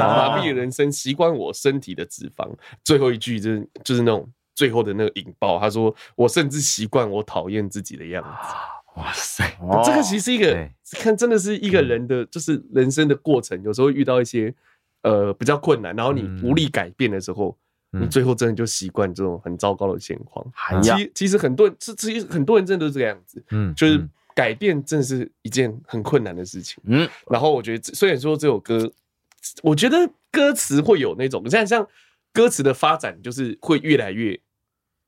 C: 啊
A: 后麻痹的人生习惯我身体的脂肪。最后一句就是就是那种最后的那个引爆，他说我甚至习惯我讨厌自己的样子。
C: 哇塞，
A: 这
B: 哦
A: 个其实是一个
C: 哦对嗯
A: 看真的是一个人的就是人生的过程，有时候遇到一些呃比较困难，然后你
C: 嗯
A: 无力改变的时候，你
C: 嗯
A: 最后真的就习惯这种很糟糕的现况。
B: 还要
A: 其其实很多人，其其实很多人真的都是这个样子，
C: 嗯
A: 就是改变真的是一件很困难的事情。
B: 嗯
A: 然后我觉得这，虽然说这首歌，我觉得歌词会有那种，像像歌词的发展，就是会越来越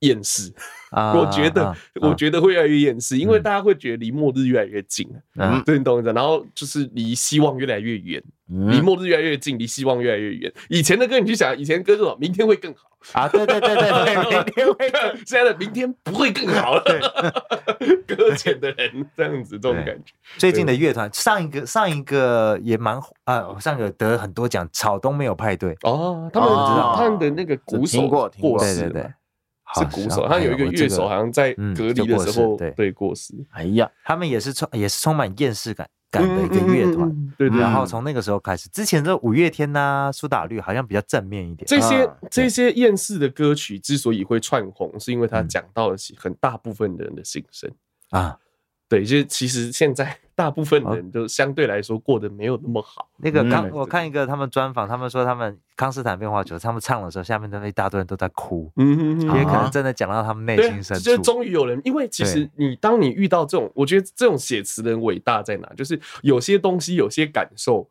A: 厌世。
C: 啊
A: 我觉得，我觉得会越来越厌世，因为
C: 嗯
A: 大家会觉得离末日越来越近了，
C: 嗯
A: 对，你懂我意思吗？然后就是离希望越来越远，离
B: 嗯，
A: 末日越来越近，离希望越来越远。以前的歌，你去想，以前的歌是什么？明天会更好。
C: 啊，对对对 对对，明天会
A: 现在的明天不会更好了， 搁浅的人这样子，这种感觉，
C: 最近的乐团，上一个上一个也蛮啊，上一个得很多奖，草东没有派对，
A: 哦，他们
B: 哦知道
A: 他们的那个鼓手
B: 听过听过
A: 世
C: 对
A: 了
C: 对
A: 嘛
C: 对，
A: 是
C: 好
A: 鼓
C: 像
A: 手，他有一个
C: 我这
A: 乐手，好像在
C: 嗯
A: 隔离的时
C: 就
A: 候
C: 过世对
A: 对过世
B: 哎呀，
C: 他们也是充也是充满厌世感感的一个
A: 嗯
C: 乐，团。
A: 嗯嗯嗯对对。
C: 然
A: 对
C: 后从那个时候开始，之前的五月天呐、苏打绿好像比较正面一点。
A: 这些
B: 啊
A: 这些厌世的歌曲之所以会窜红，是因为它
C: 嗯
A: 讲到了很大部分人的心声。
C: 啊，
A: 对，就是其实现在 大部
C: 哦
A: 分人都相对来说过得没有那么好。
C: 那个
B: 嗯
C: 刚、我看一个他们专访，他们说他们康斯坦变化球，他们唱的时候，下面的一大堆人都在哭，
A: 嗯哼
C: 也可
B: 啊
C: 能真的讲到他们内
A: 对，
C: 心深
A: 就是
C: 处。
A: 终于有人，因为其实
C: 对
A: 你当你遇到这种，我觉得这种写词人伟大在哪，就是有些东西，有些感受，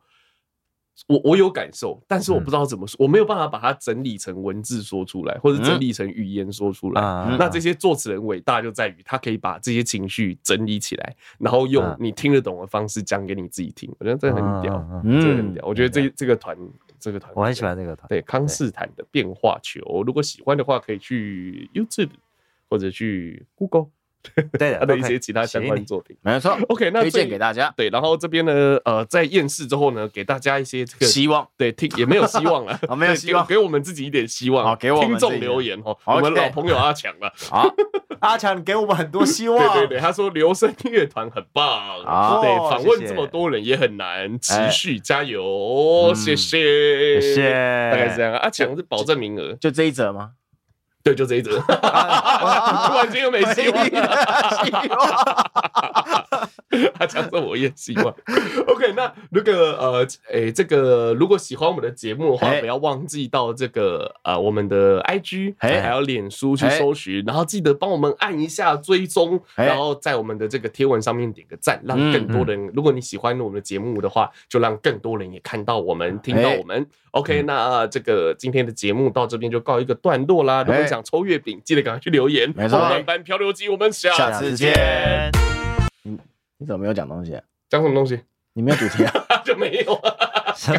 A: 我我有感受，但是我不知道怎么说，我没有办法把它整理成文字说出来，或者整理成语言说出来。
C: 嗯啊
A: 那这些作词人伟大就在于他可以把这些情绪整理起来，然后用
C: 嗯
A: 你听得懂的方式讲给你自己听。我觉得这很屌，
C: 嗯嗯嗯
A: 这很
B: 嗯
A: 屌。我觉得这这个团，这个团
C: 我很喜欢这个
B: 啊
C: 团。
A: 对康斯坦的变化球。如果喜欢的话，可以去 YouTube 或者去 Google
C: 对的
A: 他的
C: 都
A: 一
C: 可以
A: 些其他相
C: 写
A: 关
C: 你
A: 作品。
B: 没错
A: OK，那
B: 推
A: 最
B: 荐给大家
A: 对，然后这边呢，呃，在厌世之后呢，给大家一些这个
B: 希望。
A: 对，听也没有希望
B: ，
A: 了
B: 啊没有希望
A: 对给我给我们自己一点希望，
B: 好给我们
A: 听
B: 自
A: 众
B: 己
A: 留言哦，我
B: OK
A: 们老朋友阿强了，
B: 好，
C: 阿强给我们很多希望。
A: 对对对，他说留声乐团很棒，
B: 好
A: 对，访问
C: 谢谢
A: 这么多人也很难，持
B: 哦哎嗯
A: 续加油，谢谢，
C: 谢谢
A: 大概是这样，啊阿强是保证名额，
B: 就这一则吗？
A: 对，就这一 则，突然间又没希望了。 他讲说我也喜欢。OK，那如果呃，诶、这个如果喜欢我们的节目的话，
B: 哎
A: 不要忘记到这个呃我们的 IG
B: 哎
A: 还有脸书去
B: 哎
A: 搜寻，然后记得帮我们按一下追踪，
B: 哎
A: 然后在我们的这个贴文上面点个赞，让
B: 嗯
A: 更多人。如果你喜欢我们的节目的话，就让更多人也看到我们，听到
B: 哎
A: 我们。OK，那、呃这个今天的节目到这边就告一个段落啦。如果你
B: 哎
A: 想抽月饼，记得赶快去留言。
B: 没错
A: 后段班漂流记，我们下
B: 下
A: 次
B: 次见。你怎么没有讲东西啊？
A: 讲什么东西？
B: 你没有主题啊？
A: 就没有啊，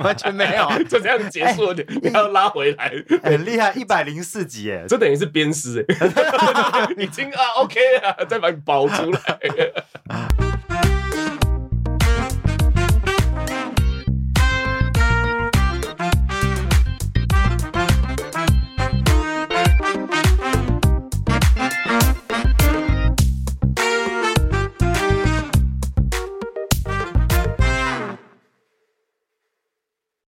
B: 完全没有。
A: 就这样结束了。你要拉回来，
C: 很厉害，一百零四集耶，
A: 欸 这等于是鞭尸哎，已经啊 OK 啊，再把你保出来。